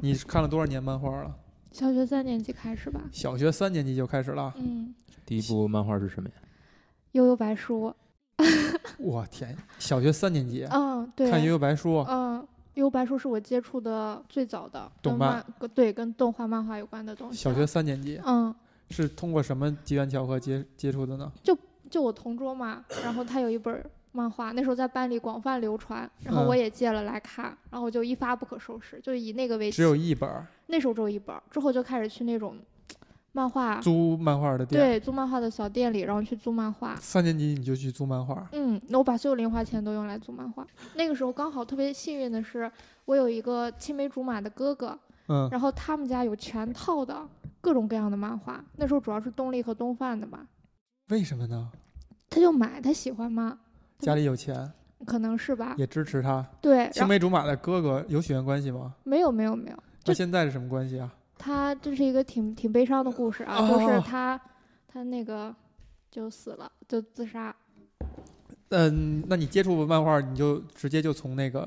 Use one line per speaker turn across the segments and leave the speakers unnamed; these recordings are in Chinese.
你看了多少年漫画了？
小学三年级开始吧。
小学三年级就开始了？
嗯，
第一部漫画是什么呀？
悠悠白书。
我天，小学三年级
嗯，对。
看《悠悠白书》，
嗯，悠悠白书是我接触的最早的跟
动漫
漫，跟对，跟动画、漫画有关的东西。
小学。三年级
嗯，
是通过什么机缘巧合接接触的呢？
就我同桌嘛，然后他有一本漫画，那时候在班里广泛流传，然后
嗯
我也借了来看，然后我就一发不可收拾，就以那个为
只
起。
有一本儿
那时候只有一本儿，之后就开始去那种漫画，
租漫画的店。
对，租漫画的小店里，然后去租漫画。
三年级你就去租漫画，
嗯，那我把所有零花钱都用来租漫画。那个时候刚好特别幸运的是，我有一个青梅竹马的哥哥，
嗯，
然后他们家有全套的各种各样的漫画。那时候主要是东立和东贩的吧，
为什么呢？
他就买，他喜欢吗？
家里有钱，
可能是吧。
也支持他。
对，
青
然后
梅竹马的哥哥有血缘关系吗？
没有没有没有，
那
就
现在是什么关系啊？
他这是一个挺挺悲伤的故事啊，就是
哦
他他那个就死了，就自杀。
嗯，那你接触漫画，你就直接就从那个《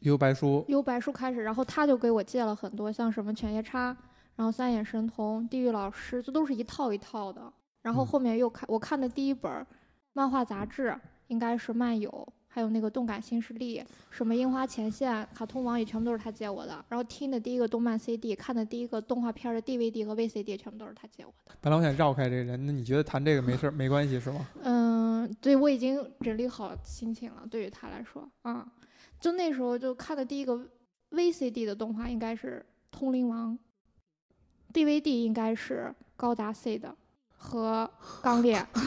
幽游白书
由白书开始，然后他就给我借了很多，像什么《犬夜叉》，然后《三眼神童》《地狱老师》，这都是一套一套的。然后
嗯
后面又看我看的第一本儿漫画杂志，应该是《漫友》，还有那个《动感新势力》，什么《樱花前线》《卡通王》也全部都是他借我的。然后听的第一个动漫 CD，看的第一个动画片儿的 DVD 和 VCD 全部都是他借我的。》。
本来我想绕开这个人，那你觉得谈这个没事儿没关系是吗？
嗯，对我已经整理好心情了，对于他来说，啊、就那时候就看的第一个 VCD 的动画应该是《通灵王》，DVD 应该是《高达 C》的和《钢炼》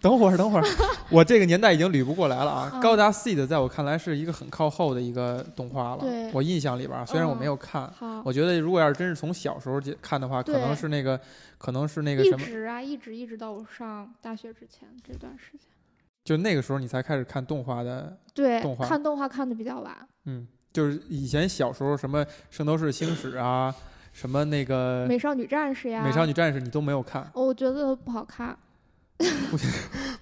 等 会儿，等会儿，我这个年代已经捋不过来了啊！
嗯
高达 Seed 在我看来是一个很靠后的一个动画了
对，嗯
我印象里边儿，虽然我没有看，
好，
我觉得如果要是真是从小时候就看的话，可
对
能是那个，可能是那个
一
什么，
直啊，一直一直到我上大学之前这段时间，
就那个时候你才开始看动画的，
对，
动画
看动画看的比较晚，
嗯，就是以前小时候什么《圣斗士星矢》啊，什么那个
《
《
美少女战士》呀，
美少女战士》，你都没有看，
哦我觉得不好看，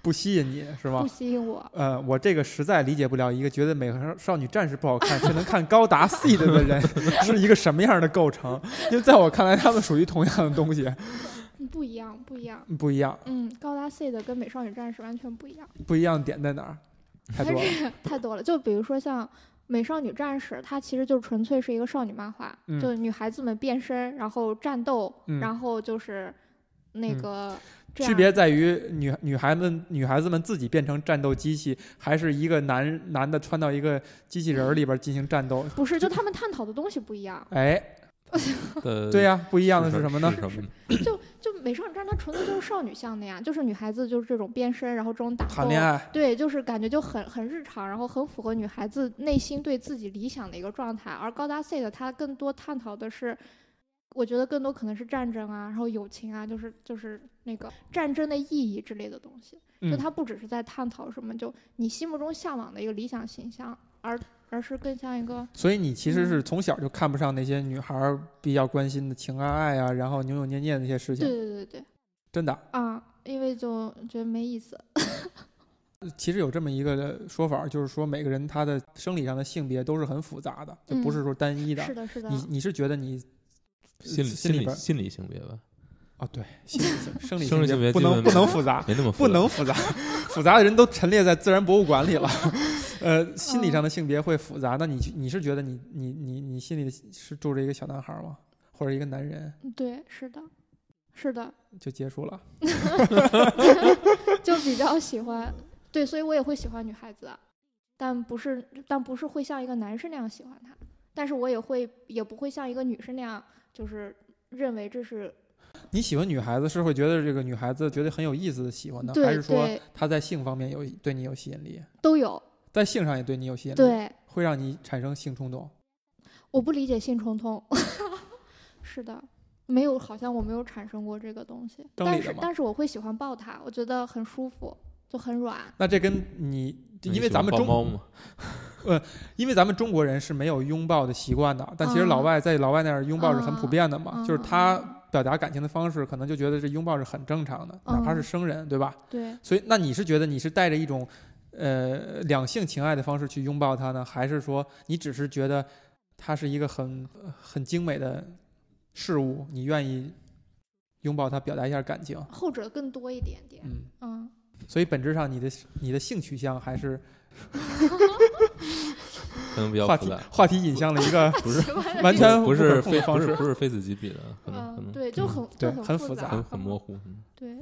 不吸引你是吗
不？吸引我。
呃，我这个实在理解不了，一个觉得美少女战士不好看，却能看高达 seed 的人是一个什么样的构成？因为在我看来，他们属于同样的东西，
嗯不一样，不一样。
不一样。
嗯，高达 C 的跟美少女战士完全不一样，
不一样的点在哪儿？太 多了。
太多了。就比如说像美少女战士，它其实就纯粹是一个少女漫画，
嗯
就女孩子们变身，然后战斗，
嗯
然后就是那
嗯
个这样、
区别在于女女孩们女孩子们自己变成战斗机器，还是一个男男的穿到一个机器人儿里边进行战斗？
不是，就他们探讨的东西不 一样。
哎，
的
对
呀，
呀、不一
这
样的是什么呢？
呃是什么？
就就美少女战士它纯粹就是少女向的呀，就是女孩子就是这种变身，然后这种打斗，
谈恋爱，
对，就是感觉就很很日常，然后很符合女孩子内心对自己理想的一个状态。而高达 C 的它更多探讨的是，我觉得更多可能是战争啊，然后友情啊，就是就是那个战争的意义之类的东西。
嗯
就它不只是在探讨什么，就你心目中向往的一个理想形象，而而是更像一个
所以你其实是从小就看不上那些女孩儿比较关心的情啊爱啊，然后扭扭捏捏那些事情，
对对对对
真的。
啊，因为就觉得没意思。
其实有这么一个说法，就是说每个人他的生理上的性别都是很复杂的，就不是说单一的。
嗯是的，是的
啊你，你是觉得你
心理
心里
理
边
心理性别吧，
啊，对，心理性生理
生理性别
不
基
能
本
不
没
能
有
复杂，
没那么复
不
杂
能 复杂，复杂的人都陈列在自然博物馆 里了。呃，心
哦
理上的性别会复杂，那你你是觉得你你你你心里是住着一个小男孩吗？或者一个男人
对，是的，是的。
就结束了？
就比较喜欢，对，所以我也会喜欢女孩子啊，但不是，但不是会像一个男生那样喜欢她，但是我也会，也不会像一个女生那样，就是认为这是
你喜欢女孩子是会觉得这个女孩子觉得很有意思的喜欢呢，还
对
是说
对
她在性方面有对你有吸引力，
都有，
在性上也对你有吸引力，
对，
会让你产生性冲动？
我不理解性冲动， 是的，没有，好像我没有产生过这个东西，
生理
但
的
是
吗
但是我会喜欢抱她，我觉得很舒服，就很软，
那这跟你，
那你
因为
喜
咱
欢
们
抱
中，
猫吗？
因为咱们中国人是没有拥抱的习惯的，但其实老
嗯
外在老外那儿拥抱是很普遍的嘛，
嗯
就是他
嗯
表达感情的方式，可能就觉得这拥抱是很正常的，哪怕是
嗯
生人，对吧？
对，
所以，那你是觉得你是带着一种呃两性情爱的方式去拥抱他呢，还是说你只是觉得它是一个很很精美的事物，你愿意拥抱它，表达一下感情。
后者更多一点点。
嗯，
嗯，
所以本质上你的你的性取向还是
可能比较
话
复
题
杂，
话题引向了一个
不是
奇怪 的
完
地
全
不是
不可控的
非
方
不是
式。
不是非此即彼的，可能可
嗯，
能
对，就
嗯
很
对
就
很复
复
杂
很很模
糊。
糊。嗯
对，